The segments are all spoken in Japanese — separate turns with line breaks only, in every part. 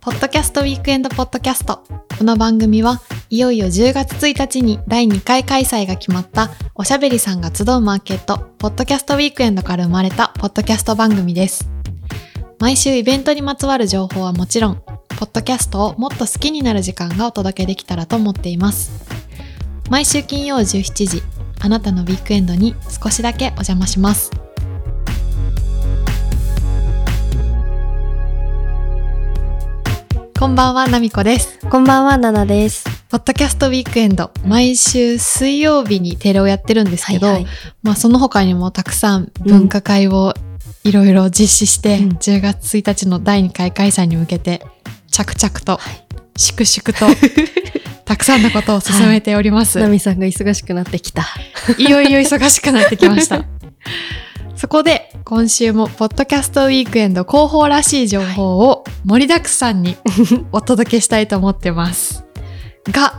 トウィークエンドポッドキャスト。この番組はいよいよ10月1日に第2回開催が決まったおしゃべりさんが集うマーケット、ポッドキャストウィークエンドから生まれたポッドキャスト番組です。毎週イベントにまつわる情報はもちろん、ポッドキャストをもっと好きになる時間がお届けできたらと思っています。毎週金曜17時、あなたのウィークエンドに少しだけお邪魔します。こんばんは、なみこです。
こんばんは、ナナです。
ポッドキャストウィークエンド、毎週水曜日に定例をやってるんですけど、
はいはい
まあその他にもたくさん分科会をいろいろ実施して、
うん
10月1日の第2回開催に向けて、着々と、粛 々と、たくさんのことを進めております。
ナミさんが忙しくなってきた。
いよいよ忙しくなってきました。 そこで今週もポッドキャストウィークエンド広報らしい情報を盛りだくさんにお届けしたいと思って ます。が、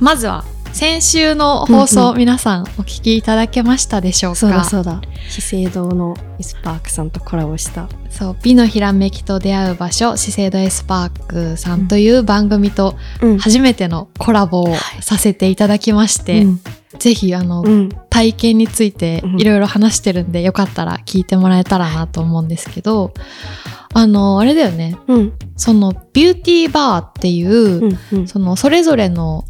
まずは先週の放送、
うんう
皆さんお聞きいただけましたでしょうか
そうだそうだ。資生堂のエスパークさんとコラボした。
そう美のひらめきと出会う場所資生堂エスパークさんという番組と
うん
初めてのコラボをさせていただきまして、
うん
ぜひあの、
うん。
体験について
うん
いろいろ話してるんで、よかったら聞いてもらえたらなと思うんですけど、あの、あれだよね。
うん。
その、ビューティーバーっていう、
うん。うん。
その、それぞれの、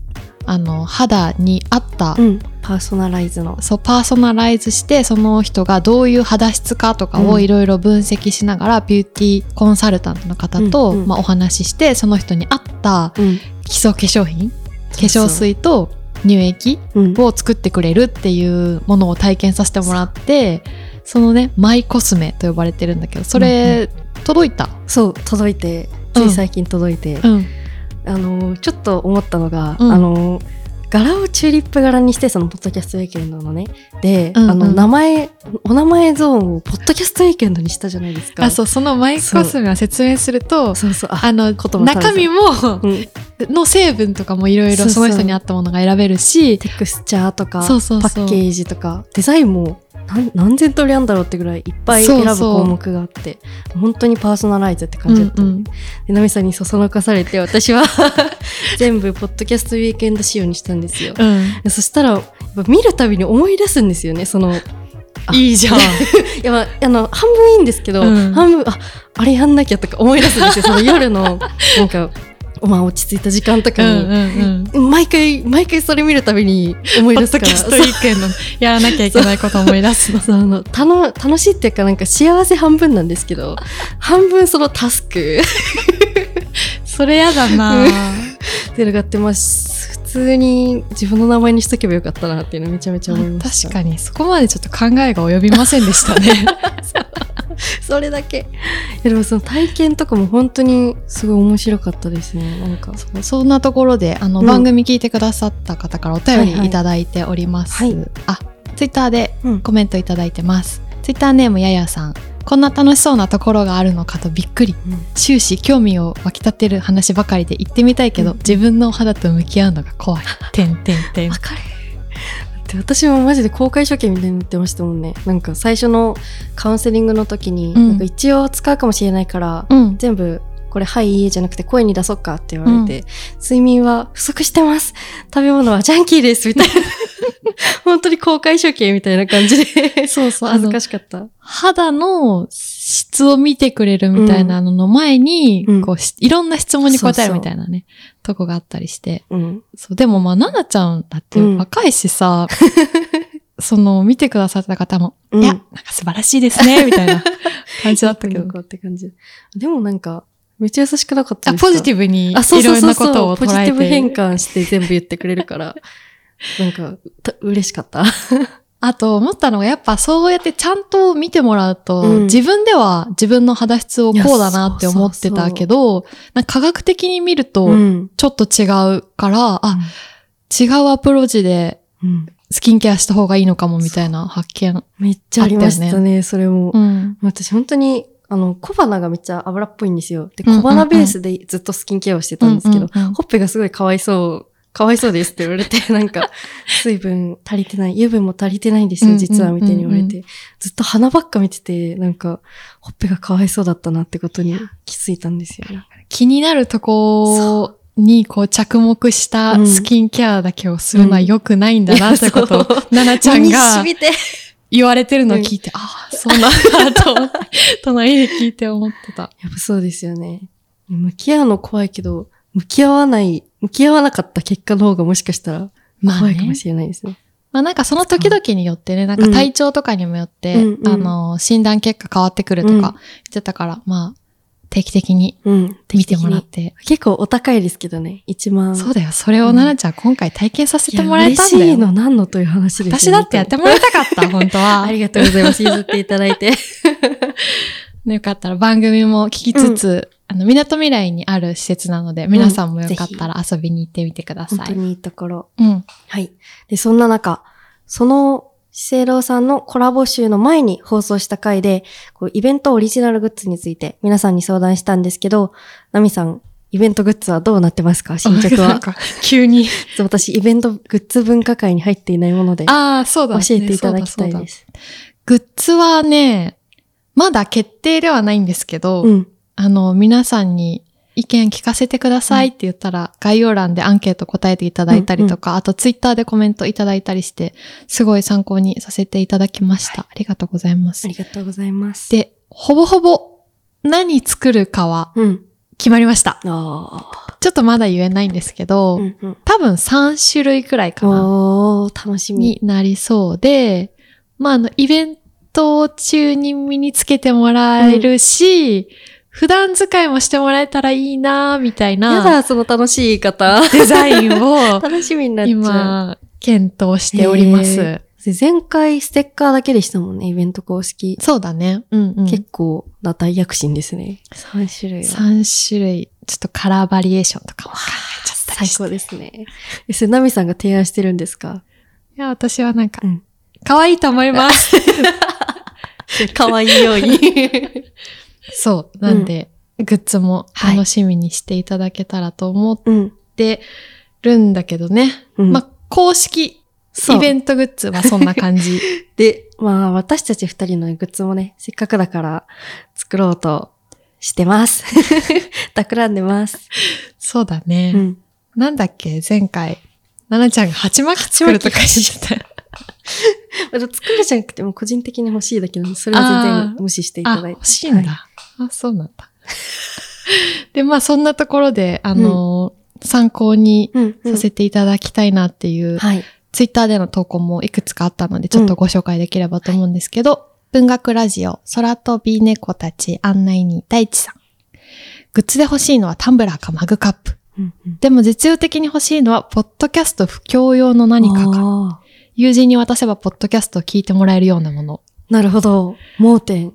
あの、肌に合った、
うん。パーソナライズの。
そう、パーソナライズして、その人がどういう肌質かとかを
うん
いろいろ分析しながら、ビューティーコンサルタントの方と、
うんうん
まあ、お話しして、その人に合った
うん。
基礎化粧品、化
そう
粧水と乳液
うん。
を作ってくれるっていうものを体験させてもらってそのねマイコスメと呼ばれてるんだけどそれ、届いた、
そう、届いて、
う
つ
ん
い最近届いて、
うん、
あのー、ちょっと思ったのが、
うん
あのー、柄をチューリップ柄にして、その、ポッドキャストウィークエンドのね。で、
うんうん
あの、名前、お名前ゾーンを、ポッドキャストウィークエンドにしたじゃないですか。
あそうそのマイコスメは説明すると
そうそう。あ、
あの
言葉足らず
中身も、
うん。
の成分とかもいろい
そ
ろ
う
そ
そう
の人に合ったものが選べるし
テクスチャーとか、
そうそう
パ
そう
ッケージとかデザインも何何千通りあんだろうってぐらいいっぱい選ぶ
そうそう
項目があって本当にパーソナライズって感じだったの、
うんうん
でナミさんにそそのかされて私は 全部ポッドキャストウィークエンド仕様にしたんですよ、
うん
そしたらやっぱ見るたびに思い出すんですよねそのいあ
いいじゃん
や、まあ、あの半分いいんですけど、
うん
半分ああれやんなきゃとか思い出すんですよその夜のなんか、まあ、落ち着いた時間 と
う
か
ん
に。
うんうん
毎回毎回それ見るたびに思い
ポ
出
ッ
す
ド
か
キャ
ら
ストウィークエンドのやらなきゃいけないことを思い出すの
そうあのたの楽しいっていうかなんか幸せ半分なんです けど半分そのタスク
それやだな
っていうのがあってまあ普通に自分の名前にしとけばよかったなっていうのめちゃめちゃ思いました
確かにそこまでちょっと考えが及びませんでしたね
それだけいやでもその体験とかも本当にすごい面白かったですねなんか
そうそんなところであの、
うん
番組聞いてくださった方からお便りいただいております、
はいはい
あツイッターで
うん
コメントいただいてます、ツイッターネームややさんこんな楽しそうなところがあるのかとびっくり終始興味を湧き立てる話ばかりで行ってみたいけど、
うん
自分のお肌と向き合うのが怖 いてんてんてん
わかるで私もマジで公開処刑みたいになってましたもんねなんか最初のカウンセリングの時に、
うん
なんか一応使うかもしれないから
うん
全部これ「はいいいえ」じゃなくて声に出そうかって言われて、睡眠は不足してます食べ物はジャンキーですみたいな 本当に公開処刑みたいな感じで
そうそう あ
恥ず
の
かしかった
肌の質を見てくれるみたいなのの前に、
うん
こうしいろんな質問に答え
そう
る
そう
みたいなねとこがあったりして
うん
そう、でもまあ、ななちゃんだって
うん
若いし さ、その、見てくださった方も、
うん
いや、なんか素晴らしいです ね、みたいな感じだったけど
なん。かって感じでもなんかめっちゃ優しくなかった
あ
ですか
ポジティブにい
あそうそう
ろん
そう
な
そ
こ
う
とを捉
ポジ
え
ティブ変
て。
換して全部言ってくれるから なんかた嬉しかった
あと思ったのが、やっぱそうやってちゃんと見てもらうと、
うん
自分では自分の肌質をこうだなって思ってたけど、なんか科学的に見ると、
ん、
ちょっと違うから、あ、違うアプローチで
うん、
スキンケアした方がいいのかもみたいな発見。
めっちゃありましたねそれも
うん。
私本当にあの小鼻がめっちゃ油っぽいんですよ。で
うんうんうん
小鼻ベースでずっとスキンケアをしてたんですけど、
うんうんうん
ほっぺがすごいかわいそかわいそうですって言わ れて、なんか、水分足りてない、油分も足りてないんで
う
す
んうんう
よ、
んうん
実は、みたいに言われて。ずっと鼻ばっか見てて、なんか、ほっぺがかわいそうだったなってことに気づいたんですよね。
気になるとこにこう着目したスキンケアだけをするのは
うん
良くないんだなってことを、
そう
ななちゃんが
身に染みて。
言われてるのを聞いて、ああ、そうなんだと思って、隣で聞いて思ってた。
やっぱそうですよね。向き合うの怖いけど、向き合わない、向き合わなかった結果の方がもしかしたら
まあ、
怖いかも
ね、
しれないですね。
まあなんかその時々によってね、なんか体調とかにもよって、
うんうん
あの、診断結果変わってくるとか言ってたから、まあ、定期的に
うん。
見てもらって。
結構お高いですけどね、1万。
そうだよ。それを
うん
奈々ちゃん今回体験させて
いや
もらえたんだ
嬉し
よ
い。の何のという話です
私
よ
だってやってもらいたか った、本当は。
ありがとうございます。譲っていた だいて。
よかったら番組も聞きつつ、あの、港未来にある施設なので、皆さんもよかったら遊びに行ってみてくだ
本
さ
当
い。
にいいところ。
うん。
はい。で、そんな中、その、資生堂さんのコラボ集の前に放送した回で、こうイベントオリジナルグッズについて皆さんに相談したんですけど、ナミさん、イベントグッズはどうなってますか進捗
なん
は。
か、急に。
そう私、イベントグッズ文化会に入っていないもので、教
ああ、そうだ、ね、
えていただきた
そう
い
だそう
で
だ
す。
グッズはね、まだ決定ではないんですけど、
うん。
あの、皆さんに意見聞かせてくださいって言ったら、概要欄でアンケート答えていただいたりとか、あとツイッターでコメントいただいたりして、すごい参考にさせていただきました。ありがとうございます
あり。がとうございます。
で、ほぼほぼ何作るかは
うん。
決まりました。
ああ。
ちょっとまだ言えないんですけど、
うんうん。
多分3種類くらいかな、
おー、楽しみ。
になりそうで、まあ、あの、イベント中に身につけてもらえるし、普段使いもしてもらえたらいいな、みたい
や
な
だ、その楽しい言い方。
デザイン を
楽しみになっちゃう。
今、検討しております。
へ前回ステッカーだけでしたもんね、イベント公式。
そうだね。うんうん。
結構な大躍進ですね。3種類は。
3種類、ちょっとカラーバリエーションとかも考えちゃったり
最
して
高ですね。え、それナミさんが提案してるんですか
いや、私はなんか
うん、
可愛いと思います。
可愛いように。
そう。なんで、グッズも
はい
楽しみにしていただけたらと思っ
うん。
てるんだけどね。
うん、
まあ、公式
そう
イベントグッズはそんな感じ。
で、まあ、私たち二人のグッズもね、せっかくだから作ろうとしてます。 企んでます。
そうだ
う
ね。
ん。
なんだっけ、前回、ななちゃんが鉢巻き作るとか言ってた。
まあ作るじゃなくても個人的に欲しいだけど、それは全然無視していた
あ、
だいて。
欲しいんだ。
は
あ、そうなんだ。 で、まあ、そんなところで、あのー参考に
うん、うん。
させていただきたいなっていう
はい。
ツイッターでの投稿もいくつかあったので、ちょっとご紹介できればと思うんですけど、文学ラジオ、空飛び猫たち案内に大地さん。グッズで欲しいのはタンブラーかマグカップ。
うんうん
でも実用的に欲しいのは、ポッドキャスト不況用の何かか。
あー
友人に渡せば、ポッドキャストを聞いてもらえるようなもの。
なるほど。盲点。
い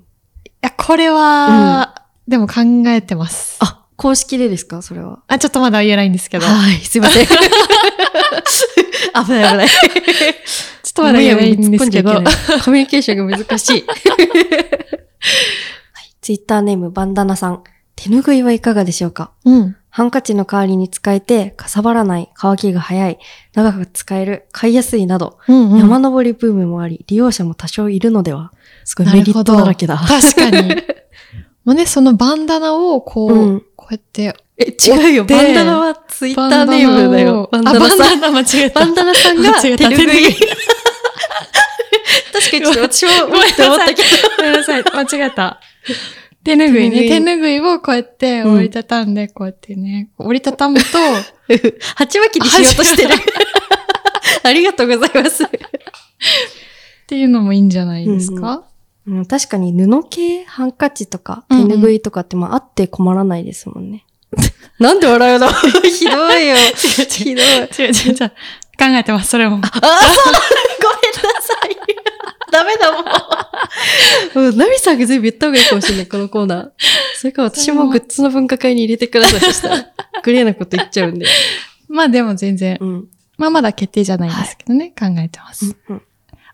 や、これは、でも考えてます。
あ、公式でですかそれは。
あ、ちょっとまだ言えないんですけど。ちょ
はい、すい ません。危ない危ない。
っとまだ言えないんですけ
むや
ど
みに突っ込んじゃい。けないコミュニケーションが難しい。ツイッターネームバンダナさん。手ぬぐいはいかがでしょうか
うん。
ハンカチの代わりに使えて、かさばらない、乾きが早い、長く使える、買いやすいなど、
うん、
山登りブームもあり、利用者も多少いるのではすごいメリットだらけだ。
確かに。 もうね、そのバンダナをこう、
うん
こうやって、
え、違うよ。
で
バンダナはツイッターネームだよ。
バ
バ
ンダ
ンダ
ナを
ナ
あ、
さ
バ
ん。
ンダナ間違えた。
バンダナさん が
間違え
手
た
ぬぐい。
手
確かにちょっと私も、うんって思ったけど。
ごめんな さい、間違えた。手ぬぐいね。手
手
ぬ
ぬ
ぐいをこうやって折りたたんで、こうやってね、折りたたむ と、
鉢巻きにしようとしてる。 ありがとうございます。
っていうのもいいんじゃないですか、
うん、確かに布系ハンカチとか
うんうん
手ぬぐいとかって、まああって困らないですもんね。なんで笑うの ひど いよ。ひど
違
い。
う違う違う。考えてます、それも。
あ、そうごめんなさい。ダメだもん。うん、ナミさんが全部言った方がいいかもしれない、このコーナー。それか私もグッズの文化会に入れてくださいそしたら。グレーなこと言っちゃうんで。
まあでも全然、
うん。
まあまだ決定じゃないんですけどね、考えてます。
うん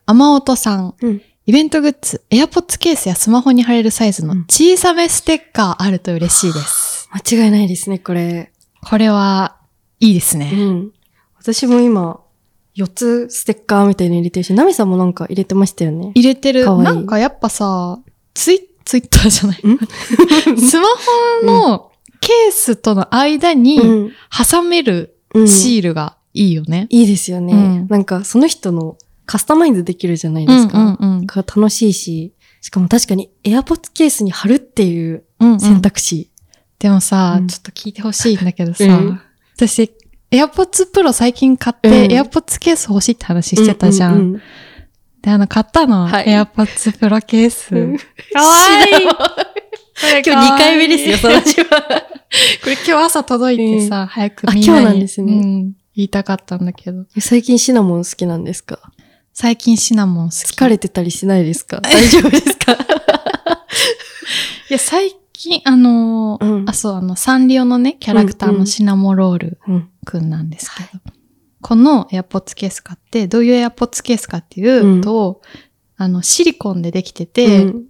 雨音さん。
うん
イベントグッズ、AirPods ケースやスマホに貼れるサイズの小さめステッカーあると嬉しいです。
間違いないですね、これ。
これは、いいです
う
ね。
ん。私も今、4つステッカーみたいに入れてるし、ナミさんもなんか入れてましたよね。
入れてる。
かわいい
なんかやっぱさ、ツイツイッターじゃない。 スマホのケースとの間に
ん。
挟める
うん
シールがいいよね。
いいですよね。
うん
なんか、その人のカスタマイズできるじゃないですか。
うんうんうん
なんか楽しいし、しかも確かに AirPods ケースに貼るっていう
うんうん
選択肢。
でもさ、
うん
ちょっと聞いてほしいんだけどさ、
うん
私、AirPods Pro 最近買って、
うん
AirPods ケース欲しいって話してたじゃん。
うう
で、あの、買ったの、
はい
AirPods Pro ケース。
うん
かわいい
今日2回目ですよ、その話は。
これ今日朝届いてさ、早く
あ
みんなに
今日なんですね
うん言いたかったんだけど。
最近シナモン好きなんですか
最近シナモン好き。
疲れてたりしないですか大丈夫ですか
いや、最近、あのー
うん
あ、そう、あの、サンリオのね、キャラクターのシナモロール
うん。
くんなんですけど、この AirPods ケース買って、どういう AirPods ケースかっていうと、あの、シリコンでできてて、
うん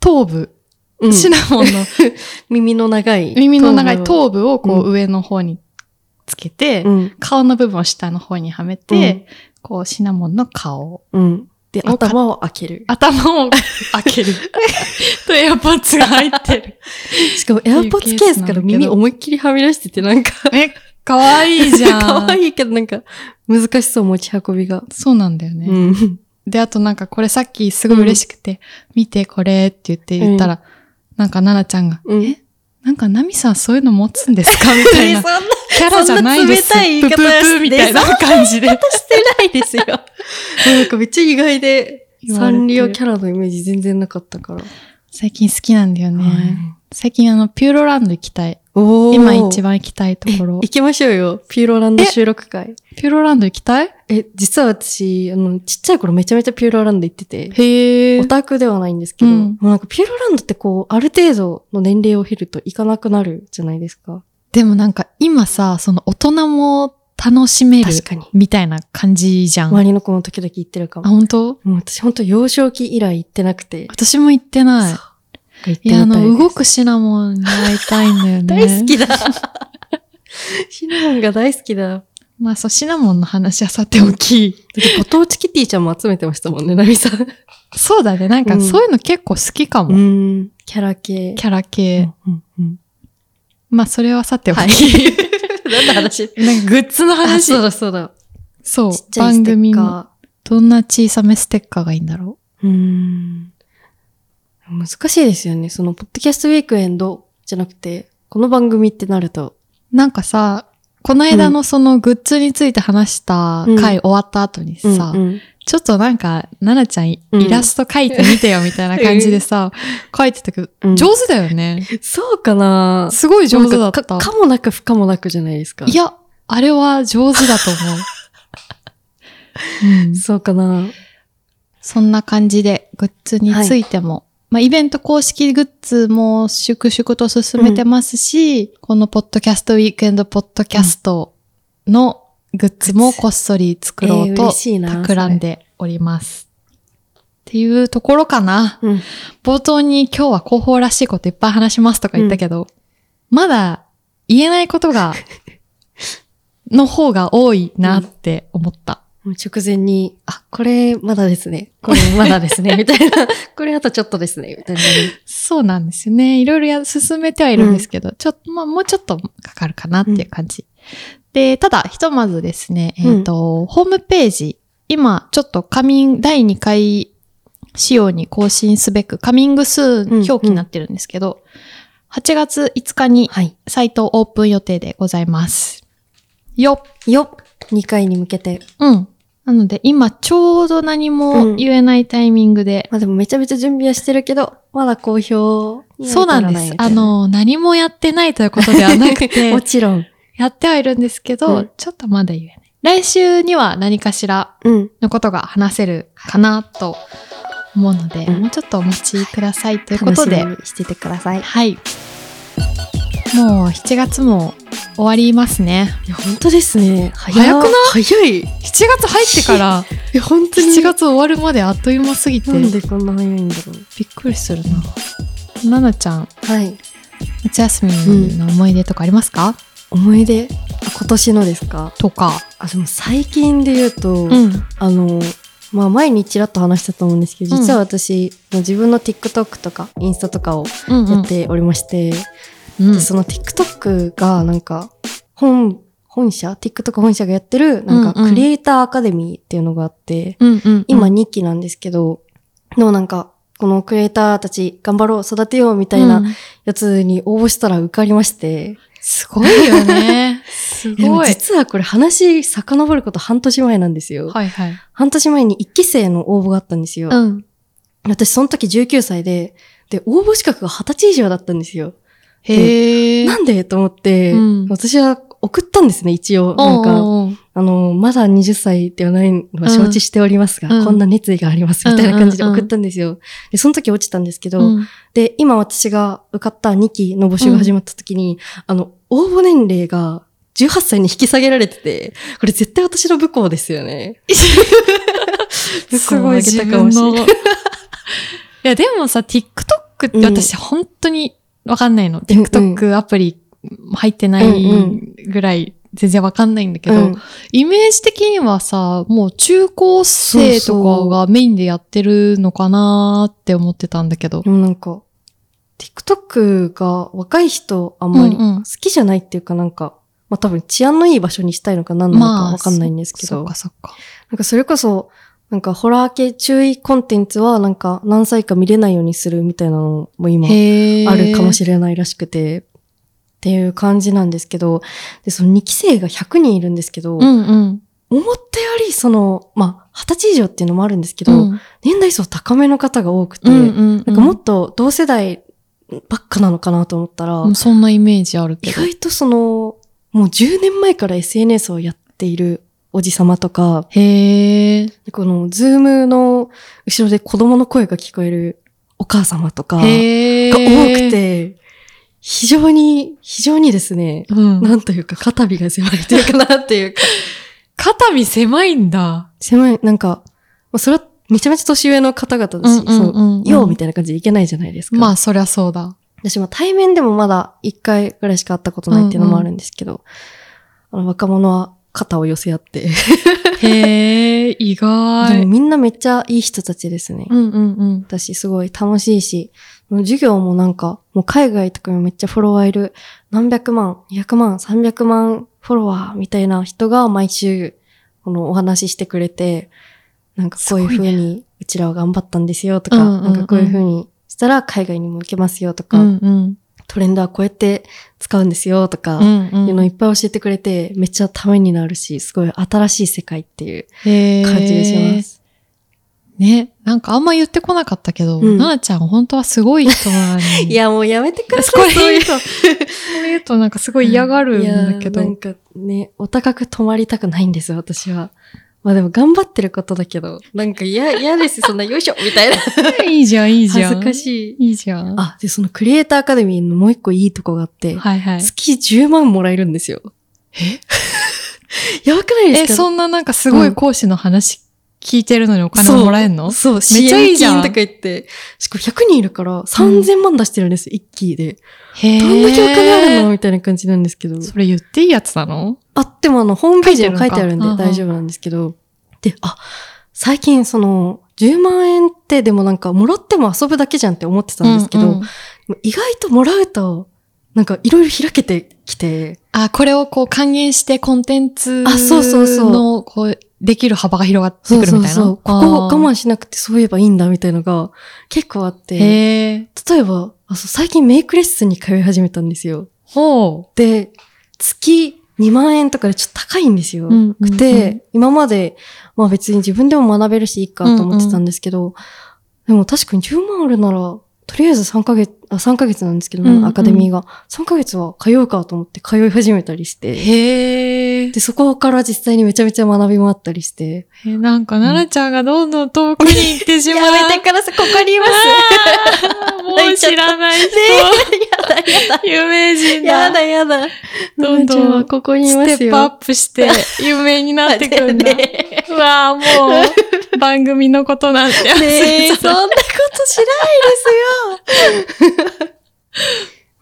頭部、
うん
シナモン の
耳の長い。
耳の長い
頭
頭部をこう
う
上の方につけて、
部。うん。
顔の部分を下の方にはめて、こうシナモンの顔、
うん。で、
をか
頭を開ける。
頭を 開け る。とエアポッツが入って る。
しかも AirPods ケースから耳思いっきりはみ出してて、なんか、
え、 かわいいじゃん。
可愛いけどなんか、難しそう持ち運びが。
そうなんだよね。
うん。
で、あとなんかこれさっきすごい嬉しくて、見てこれって言って言ったら、なんか奈々ちゃんが、
うん
え、なんか奈美さんそういうの持つんですかみたいな。
そんな
キャラじゃないです。
そんな冷たい言い方
プププみたいな感じで。
して ないですよ。なんかめっちゃ意外で、
言わ
サ
れてる
ンリオキャラのイメージ全然なかったから。
最近好きなんだよね。
はい
最近あの、ピューロランド行きたい。
おー
今一番行きたいところ
行。きましょうよ。ピューロランド収録会。
ピューロランド行きたい
え、実は私、あの、ちっちゃい頃めちゃめちゃピューロランド行ってて、
へ
オタクではないんですけど、
うん
もうなんかピューロランドってこう、ある程度の年齢を経ると行かなくなるじゃないですか。
でもなんか今さ、その大人も楽しめる
確かに。
みたいな感じじゃん。あ、
周りの子も時々行ってるかも。
本当？
もう私ほんと幼少期以来行ってなくて、
私も行ってない
そ。行って
い
みた
や、あ
いです
の、動くシナモンに会いたいんだよ ね。
大好きだ。シナモンが大好きだ。
まあそう、シナモンの話はさておき。
ご当地キティちゃんも集めてましたもんね、ナミさん。
そうだね。なん
う
か
ん
そういうの結構好きかも。
ん。キャラ系。
キャラ系。
うんうん
まあそれはさておき。
はい何の話
なんかグッズの
あ、
話。
そうだそうだ。
そう
ちっちゃいス
番
テ
組
ッ
の。
カ
どんな小さめステッカーがいいんだろ
ー。うーん。難しいですよね。その、ポッドキャストウィークエンドじゃなくて、この番組ってなると。
うなんかさ、この間のそのグッズについて話した回終わった後にさ、
うん
ちょっとなんか、奈々ちゃんイ
うん
イラスト描いてみてよみたいな感じでさ、描いてたけど、
うん
上手だよね。
そうかな
すごい上手だっ
なんか
た。
かかもなく不可もなくじゃないですか。
い。や、あれは上手だと思 う。うん
そうかな
そんな感じで、グッズについても、まあ、イベント公式グッズも粛々と進めてますし、このポッドキャストウィークエンドポッドキャストのグッズもこっそり作ろ
え
う
ー
と
嬉しいな
企んでおります。っていうところかな。
うん。
冒頭に今日は広報らしいこといっぱい話しますとか言ったけど、まだ言えないこと が、の方が多いなって思った。
もう直前に、あ、これまだです ね。これまだですね。みたいな。これあとちょっとですね。みたいな。
そうなんですよね。いろいろや進めてはいるんですけど、ちょっと、まあ、もうちょっとかかるかなっていう感じ。で、ただ、ひとまずですね、えっ、と、ホームページ、今、ちょっとカミン、第2回仕様に更新すべく、カミング数ン表記になってるんですけど、8月5日に
はい。
サイトオープン予定でございます。よっ
よっ !2 回に向けて。
うん。なので、今、ちょうど何も言えないタイミングで、
まあでもめちゃめちゃ準備はしてるけど、まだ好評には
そうなん
至らい
です
み。た
あ
いな、
の、何もやってないということではなくて
も、ちろん。
やってはいるんですけど、
うん
ちょっとまだ言えない。来週には何かしら
うん。
のことが話せるかなと思うので、
うん
もうちょっとお待ちくださいと
と
いうことで、
しててください。い
はい。もう7月も終わりますね。
や、本当ですね。早
早くない
早い。
7
い
月入ってから、
や、本当に。
7月終わるまであっという間すぎて、
なん
びっ
でこんな早いんだろ
くりするな。ななちゃん、
う。はい。
夏休みの思い出とかありますか、
思い出。あ今年のですか
とか、
あ、でも最近で言うと、
うん、
あの、まあ前にちらっと話したと思うんですけど、
うん
実は私、もう自分の TikTok とかインスタとかを
うん、
やっておりまして、
うん、うん
でその TikTok がなんか、本、本社 ?TikTok 本社がやってる、なん
うんう
か
ん
クリエイターアカデミーっていうのがあって、
うん、うん、
今2期なんですけど、のなんか、このクリエイターたち頑張ろう、育てようみたいな
うん
やつに応募したら受かりまして、
すごいよね。 す
でも
ごい。
実はこれ話遡ること半年前なんですよ。
はいはい。
半年前に1期生の応募があったんですよ。
うん。
私その時19歳で、で、応募資格が20歳以上だったんですよ。
へえ。
なんでと思って、
うん
私は送ったんですね、一応。なんか、
おうおうおう
あの、まだ20歳ではないのは承知しておりますが、
うん
こんな熱意があります、みたいな感じで送ったんですよ。で、その時落ちたんですけど、
うん
で、今私が受かった2期の募集が始まった時に、あの、応募年齢が18歳に引き下げられてて、これ絶対私の武功ですよね。
すごい
武功
自
を上げたかも
分
しれ
の。
ない
いや、でもさ、TikTok って私本当にわかんないの。TikTok アプリ入ってないぐらい全然わかんないんだけど、
うん
イメージ的にはさ、もう中高生とかがメインでやってるのかなーって思ってたんだけど
で。もなんか、TikTok が若い人あんまり
うんうん
好きじゃないっていうかなんか、まあ多分治安のいい場所にしたいのか何なのか
まあ
わかんないんですけ
そ
ど、
っかそっか。
なんかそれこそ、なんかホラー系注意コンテンツはなんか何歳か見れないようにするみたいなのも今
へー
あるかもしれないらしくて、っていう感じなんですけど、で、その2期生が100人いるんですけど、
うんうん。
思ったよりその、まあ20歳以上っていうのもあるんですけど、
うん
年代層高めの方が多くて、
うんうんうん
なんかもっと同世代ばっかなのかなと思ったら、
うんそんなイメージあるけ
意
ど。
外とその、もう10年前から SNS をやっているおじさまとか、
へえ。
このズームの後ろで子供の声が聞こえるお母様とかが多
へえ。
くて、非常に、非常にですね、
うん。
なんというか肩身が狭い というかなっていうか、
肩身狭いんだ。
狭い、なんか、まあ、それはめちゃめちゃ年上の方々だし、そう、ようみ
た
たいな感じでいけないじゃないですか。
まあ、そりゃそうだ。
私も対面でもまだ一回ぐらいしか会ったことないっていうのもあるんですけど、あの若者は肩を寄せ合って、
へえ、意
でも
外。
みんなめっちゃいい人たちですね。
うんうんうん。
私すごい楽しいし、授業もなんか、もう海外とかにもめっちゃフォロワーいる、何百万、200万、300万フォロワーみたいな人が毎週、このお話ししてくれて、なんかこういう
すご
風
い
に、うちらは頑張ったんですよとか、
うんうんうん
なんかこういう風にしたら海外にも受けますよと
う
か、
んうん。
トレンドはこうやって使うんですよとか、
うん
いううの
ん
いっぱい教えてくれて、めっちゃためになるし、すごい新しい世界っていう
へえ
感じがします。
ね。なんかあんま言ってこなかったけど、
うん
ななちゃん本当はすごい人なのに。
い、や、もうやめてくだ
そ
さ
う
い。
そういう
人
そういうとなんかすごい嫌がるんだけど。
なんかね、お高く泊まりたくないんですよ、私は。まあでも頑張ってることだけど、なん か嫌、嫌です、そんなよいしょみたいな。
いいじゃん、いいじゃん。
恥ずかしい。
い。いいじゃん。
あ、で、そのクリエイターアカデミーのもう一個いいとこがあって、
はいはい。
月10万もらえるんですよ。
え
やばくないです
え、
か
そんななんかすごい講師の話聞いてるのにお金もらえんの
そう、
めっちゃいいじゃん
支援金とか言って。しかも100人いるから3000万出してるんですよ、一気で。
へえ。
どんだけお金あるのみたいな感じなんですけど。
それ言っていいやつなの
あってもあの、ホームページにも書いてあるんで
書いてあるのか
大丈夫なんですけど。で、あ、最近その、10万円ってでもなんか、もらっても遊ぶだけじゃんって思ってたんですけど、
うう
意外ともらうと、なんかいろいろ開けてきて、
あ、これをこう還元してコンテンツ
あそうそうそう
の、こう、できる幅が広がって
そ
く
う
る
そ
み
う
たいな。
そう。ここを我
し
慢しなくてそういえばいいんだみたいのが結構あって、
へえ。
例えば、あそう最近メイクレッスンに通い始めたんですよ。
ほ
で、月2万円とかでちょっと高いんです
う。
よ。
うんうんうん
で、、今まで、まあ別に自分でも学べるしいいかと思ってたんですけど、でも確かに10万あるなら、とりあえず3ヶ月、あ、3ヶ月なんですけど、
うんうん
アカデミーが。3ヶ月は通うかと思って通い始めたりして。
へえ。
で、そこから実際にめちゃめちゃ学びもあったりして。
えなんか、奈々ちゃんがどんどん遠くに行ってしまう。
ください、ここ にいま
あーもう知らない人。有名人だ。
やだやだ。
どんどん
奈々ちゃはここにいますよ。
ステップアップして、有名になってくるん だ。
ね
うわあもう、番組のことなんて忘
ね
れ
え、
て
そん
た。
なことしないですよ。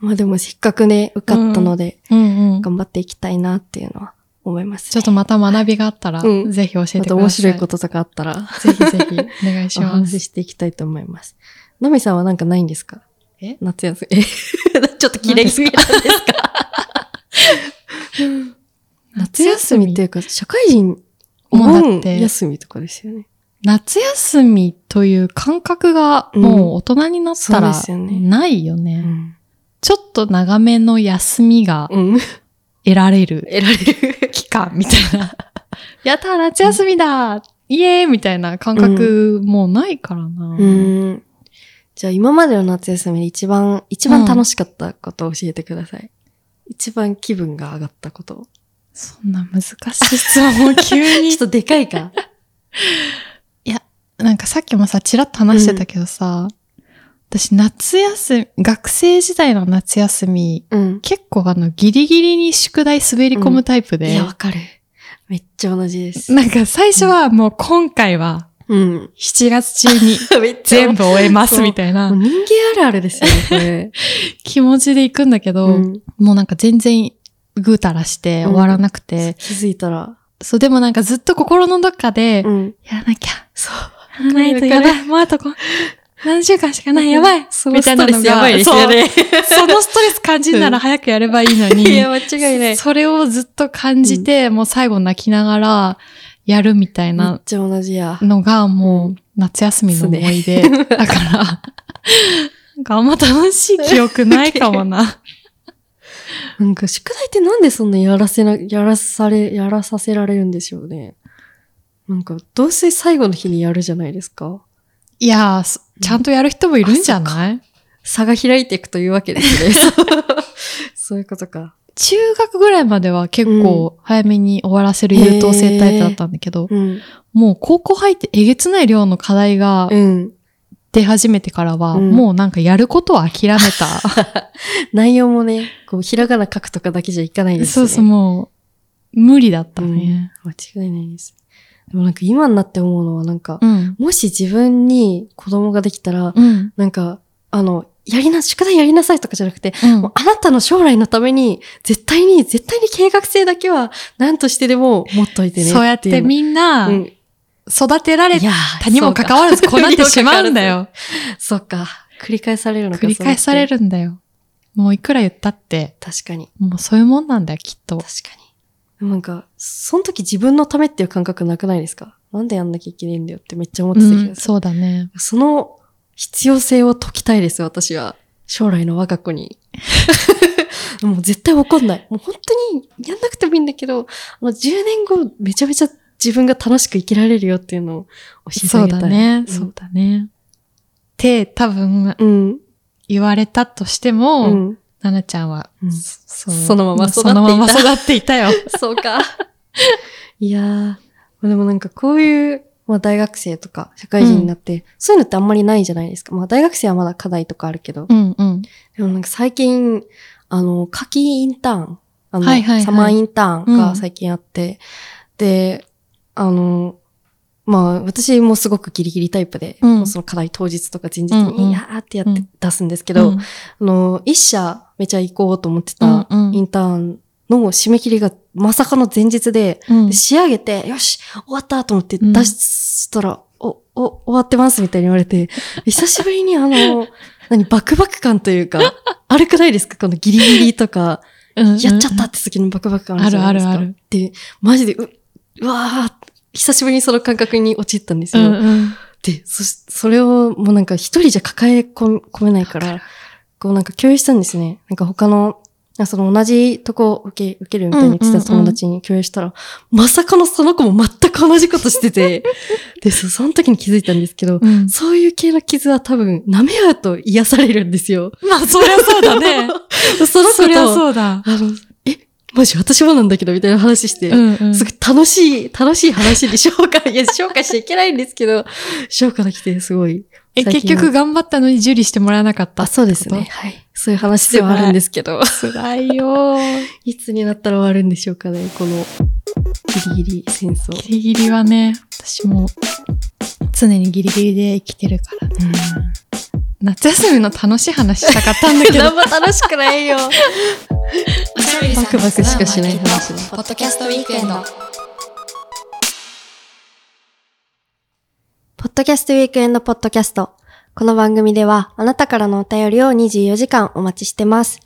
まあでもせっかくね、受かったので、
うんうん。
頑張っていきたいなっていうのは思います、
ちょっとまた学びがあったら、
うん
ぜひ教えてください。。
また面白いことととかあったら、
ぜひぜひ、お願いし
お
ま
話
す。
ししていきたいと思います。ナミさんはなんかないんですか
え
夏休み。え ちょっと切れ気味 なんですか夏休みっていうか、社会人、お
もうだ
盆
って
休みとかですよね。
夏休みという感覚がもう大人になった
うん
ら
そうですよね
ないよね。
うん。
ちょっと長めの休みが
うん。
得られる
得られる。
期間みたいな。 やったー夏休みだ、イエーイみたいな感覚もうないからな。
うん。じゃあ今までの夏休みで一番、一番楽しかったことを教えてください。一番気分が上がったこと。
そんな難しい質問を 急
ちょ
に
っ。とでかいか。
なんかさっきもさ、ちらっと話してたけどさ、私夏休み、学生時代の夏休み、
うん。
結構あのギリギリに宿題滑り込むタイプ
い
で、
や、わかる。めっちゃ同じです。
なんか最初はもう今回は
うん。
7月中に
めっちゃ
全部終えますみたい
も
な
う人間あるあるですよね、こ れ。
気持ちで行くんだけど、
うん
もうなんか全然ぐうたらして終わらなくて、
気づいたら。
そうでもなんかずっと心のどっかで、
ん。
やらなきゃ、
そう。
やらないとやばい、もうあとこう何週間しかない、やばい
そ
みたいなのが
ね。
そのストレス感じんなら早くやればいいの に。
いや、間違いない。
それをずっと感じて、もう最後泣きながらやるみたい
めっ
な
ちゃ同じや。
のがもう夏休みの思い出。 だから、なんかあんま楽しい記憶ないかもな。
なんか宿題ってなんでそんなやらせな、やらされ、やらさせられるんでしょうね。なんか、どうせ最後の日にやるじゃないですか。
いやー、そちゃんとやる人もいるんじゃない
差が開いていくというわけで すね。そういうことか。
中学ぐらいまでは結構早めに終わらせる優等生タイプだったんだけど、
うん。
もう高校入ってえげつない量の課題が
うん。
出始めてからは、
うん
もうなんかやることを 諦めた。
内容もね、こう、ひらがな書くとかだけじゃいかないです
そ
ね。
うそう、もう、無理だったね。
間違いないです。でもなんか今になって思うのはなんか、
うん。
もし自分に子供ができたら、
うん。
なんか、あの、やりな、宿題やりなさいとかじゃなくて、
うん
もうあなたの将来のために、絶対に、絶対に計画性だけは、何としてでも持っといてね
そうやってみんな、
うん、い
育てられ
や
たにもかかわらずこうなってしまうんだ。 よ。
そうかそうか。繰り返されるのか
繰り返され
る。
るんだよ。もういくら言ったって、
確かに。
もうそういうもんなんだよ、きっと
確。かに。なんか、その時自分のためっていう感覚なくないですかなんでやんなきゃいけないんだよってめっちゃ思って
う
た気が
ん、
する。
そうだね。
その必要性を解きたいです、私は。将来の我が子に。 もう絶対怒んない。もう本当にやんなくてもいいんだけど、あの10年後めちゃめちゃ自分が楽しく生きられるよっていうのを教えて
そ
あ
う
げたい。
だね、
うん
そうだね。って、多分、
うん。
言われたとして
う
も、
ん。
ななちゃんは、
うん
そ
そのまま育っ
そ
ていた
のまま育っていた よ。
そうか。いやー。でもなんかこういう、まあ大学生とか社会人になって、そういうのってあんまりないじゃないですか。まあ大学生はまだ課題とかあるけど。
うんうん。
でもなんか最近、あの、夏季インターン、あの、
はいはいはい
サマーインターン
う
が
ん
最近あって、で、あの、まあ、私もすごくギリギリタイプで、
うん
もうその課題当日とか前日
うんうん
に、いやーってやっ
う
て
ん
出すんですけど、
うん
あの、一社めちゃ行こうと思ってた
うんうん
インターンの締め切りがまさかの前日で、
うん
で仕上げて、よし、終わったと思って
うん
出したら、お、お、終わってますみたいに言わ れて、久しぶりにあの、何、バクバク感というか、あれくないですかこのギリギリとか、
うん
やっちゃったって時のバクバク感あるじゃないです
あ
か。
るあるある
で、マジで、う、うわー、久しぶりにその感覚に陥ったんです
う
よ。
んうん。
で、そし、それをもうなんか一人じゃ抱え込込めないか、
わから
こうなんか共有したんですね。なんか他の、あその同じとこ受け、受けるみたいに言って
うんうん
た
うん
友達に共有したら、まさかのその子も全く同じことして て、で、そその時に気づいたんですけど、
うん
そういう系の傷は多分舐め合うと癒されるんですよ。
まあ、そりゃそうだ ね。
その子
そりゃ
と、
そうだ。
あの、え、マジ私もなんだけど、みたいな話して、
うんうん
すごい楽しい、楽しい話で消化、いや、消化しちゃいけないんですけど、消化できて、すごい。
え、
最
結
近は
局頑張ったのに受理してもらえなかった。
あ、そうですね。。はい。そういう話ではあるんですけど。
辛いよー。
いつになったら終わるんでしょうかね、このギリギリ戦争。
ギリギリはね、私も常にギリギリで生きてるからね。夏休みの楽しい話したかったんだけど。
も楽しくないよ。
おしゃべりさん
バ
の
クバクしかしない話
ポ
だ。
ッドキャストウィークエンド。
ポッドキャストウィークエンドポッドキャスト。この番組では、あなたからのお便りを24時間お待ちしてます。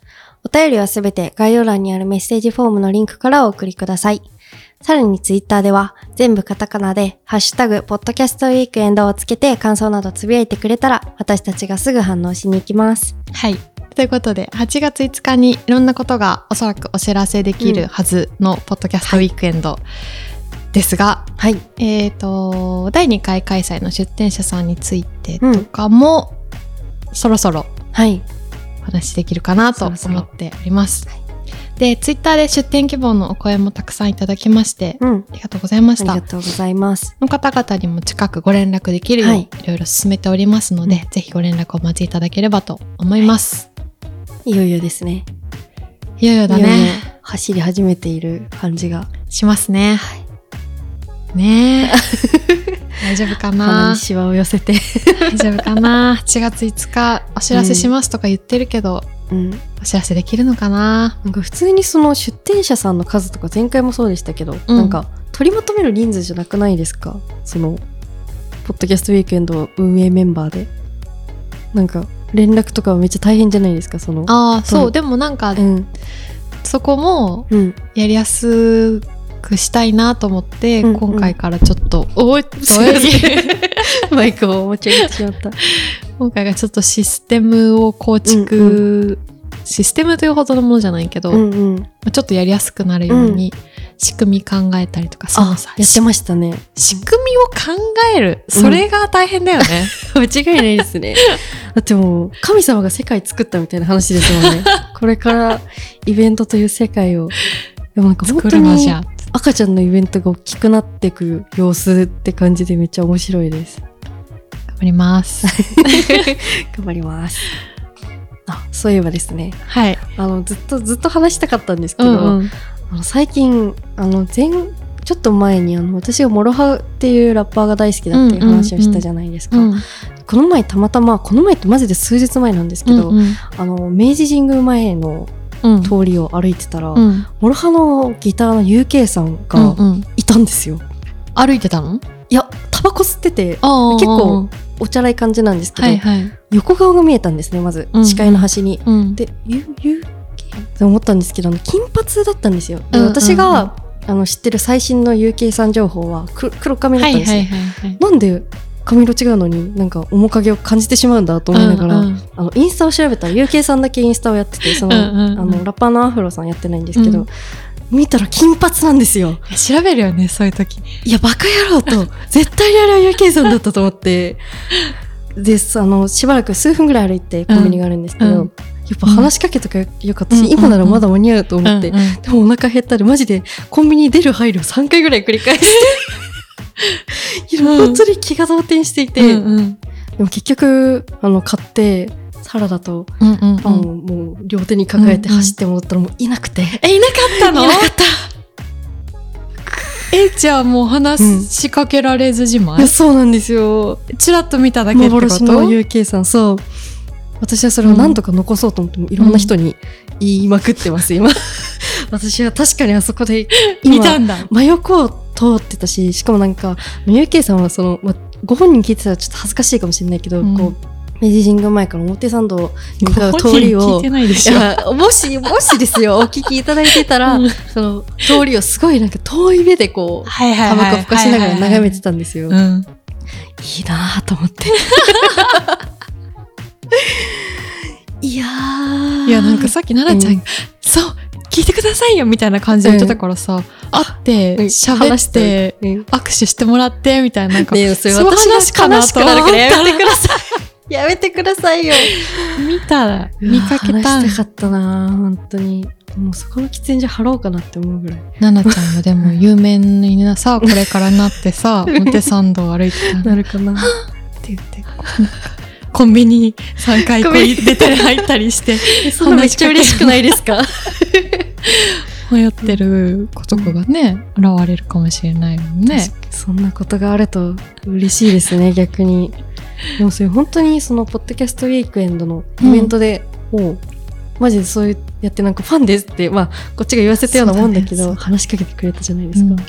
お便りはすべて概要欄にあるメッセージフォームのリンクからお送りください。さらにツイッターでは、全部カタカナで、ハッシュタグ、ポッドキャストウィークエンドをつけて感想などつぶやいてくれたら、私たちがすぐ反応しに行きます。
はい。ということで、8月5日にいろんなことがおそらくお知らせできるはずのポッドキャストウィークエンドですが、
はい。
えっ、と、第2回開催の出展者さんについて
う
と
ん。
かも、そろそろ
はい。
お話しできるかなと
そろそろ
思っております。で、ツイッターで出展希望のお声もたくさんいただきまして、
うん。
ありがとうございま
あ
し
り
た
が。とうございます。
の方々にも近くご連絡できるよう、
はい
い、ろいろ進めておりますので、ぜひご連絡お待ちいただければと思います。
いよいよですね。
い、よいよだね。
いよいよ走り始めている感じが
しますね。 ねえ。大丈夫か
鼻
な
にシワを寄せて、
大丈夫かな ?8 月5日お知らせしますとか言ってるけど、
うん、な
お知らせできるのかなん
か普通にその出店者さんの数とか前回もそうでしたけど、
うん
なんか取りまとめる人数じゃなくないですかそのポッドキャストウィークエンド運営メンバーでなんか連絡とかはめっちゃ大変じゃないですかその
ああ、そう、
うん
でもなんか
う、ん
そこも
うん
やりやすくしたいなと思って、
うんうん
今回からちょっと、おい
すいま マイクを持ち上げてしまった
今回がちょっとシステムを構築、システムというほどのものじゃないけど、
う
ま
んうん
あちょっとやりやすくなるように仕組み考えたりとか、その
あ
さ
やってましたね
仕組みを考えるそれが大変だよね、
間違いない ですねだってもう神様が世界作ったみたいな話ですもん ねこれからイベントという世界をでもなん か本
作
当
るの
に
じゃ
赤ちゃんのイベントが大きくなってく様子って感じでめっちゃ面白いです。
頑張ります
頑張ります。あ、そういえばですね、
はい、
あの、ずっとずっと話したかったんですけ
う
ど、
んうん、
あの最近、あの、前、ちょっと前にあの私がモロハウっていうラッパーが大好きだっていう話をしたじゃないですか、この前たまたまこの前ってマジで数日前なんですけど、
うんうん
あの明治神宮前の
うん
通りを歩いてたら、
うん
モロハのギターの UK さんが
うんうん
いたんですよ、
歩いてたの
いやタバコ吸ってて
結
結構おちゃらい感じなんですけど、
はいはい、
横顔が見えたんですねまず
うん
視界の端に。
うん、
でゆゆって思ったんですけどあの金髪だったんですよ。で
うんうんうん
私が、あの知ってる最新の UK さん情報はく黒髪だっ
は
たん
い
です
は
よ。
いはいはい
なんで髪色違うのになんか面影を感じてしまうんだと思いながら、
うんうん
あのインスタを調べたら UK さんだけインスタをやっててその
うんうんうん
あのラッパーのアフロさんやってないんですけ
う
ど、
ん
見たら金髪なんですよ。
いや調べるよねそういう時
いや、バカ野郎 と、絶対にあれは UK さんだったと思って。です、あの、しばらく数分ぐらい歩いてコンビニがあるんですけど、
うんうん
やっぱ話しかけとかよかったし、
うん
今ならまだ間に合うと思って、
うんうん
でもお腹減ったらマジでコンビニ出る入るを3回ぐらい繰り返して、いや
うん
本当に気が動転していて、
うんうん
でも結局、あの、買って、サラダと
うんうんうん
パンをもう両手に抱えて走って戻ったらもういなくて。
えいなかったの
いなか
ったえじゃあもう
うん
話しかけられずじまい、
いやそうなんですよ。
ちらっと見ただけってこと
幻の UK さんそう私はそれを何とか残そうと思って、いろんな人に言いまくってます今 私は確かにあそこで
見
今
たんだ
真横を通ってたししかもなんか UK さんはその、ま、ご本人聞いてたらちょっと恥ずかしいかもしれないけど、
うん
こう明治神宮前から表参道に向かう
ご
通
本
り
人聞
を
いてないでし
い
ょ
やもしもしです よお聞きいただいてたら、
うん
その通りをすごいなんか遠い目でこう
はいは
タバコふかしながら眺めて
た、
たんですよ。
うん、
いいなぁと 思って。いやー
いやなんか、さっき奈々ちゃん、
う
そう聞いてくださいよみたいな感じで言ってたからさ、会って
うん
喋
話し
って
うん
握手してもらってみたいななんか、
ねえそれ
そういう
私が
話かな
悲しくなるからやめてくだ
さ
いやめてくださいよ。
見たら見かけ
うわ
た
話したかったなぁ本当に。もうそこの喫煙所貼ろうかなって思うぐらい。
奈々ちゃんもでも有名になさこれからなって さ表参道歩いてたんだ
なる かな
って言ってコンビニに3回こ
コ
う
ンビニ
出たり入ったりして
えそんなめっちゃ嬉しくないですか
迷ってる子とかがね現れるかもしれないもんね。
そんなことがあると嬉しいですね、逆に。でもそれ本当にそのポッドキャストウィークエンドのイベントで、もうマジでそういうやってなんかファンですって、まあ、こっちが言わせたようなもんだけ
そうだ
ど
ね
話しかけてくれたじゃないで
う
すか、
んこ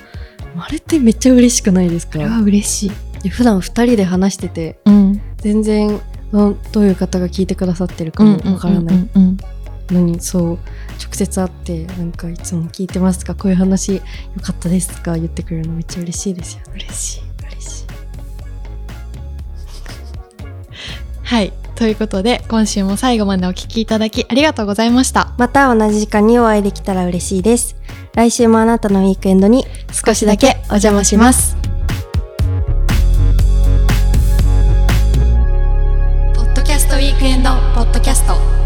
あれってめっちゃ嬉しくないですか
れは嬉しい。
で普段二人で話してて
うん。
全然どどういう方が聞いてくださってるかもわからない
うんうん
のにそう直接会ってなんかいつも聞いてますとかこういう話よかったですとか言ってくれるのめっちゃ嬉しいですよね
うん嬉しい。
嬉しい
はい。ということで、今週も最後までお聞きいただきありがとうございました。
また同じ時間にお会いできたら嬉しいです来週もあなたのウィークエンドに
少しだけお邪魔します。ポッドキャストウィークエンドポッドキャスト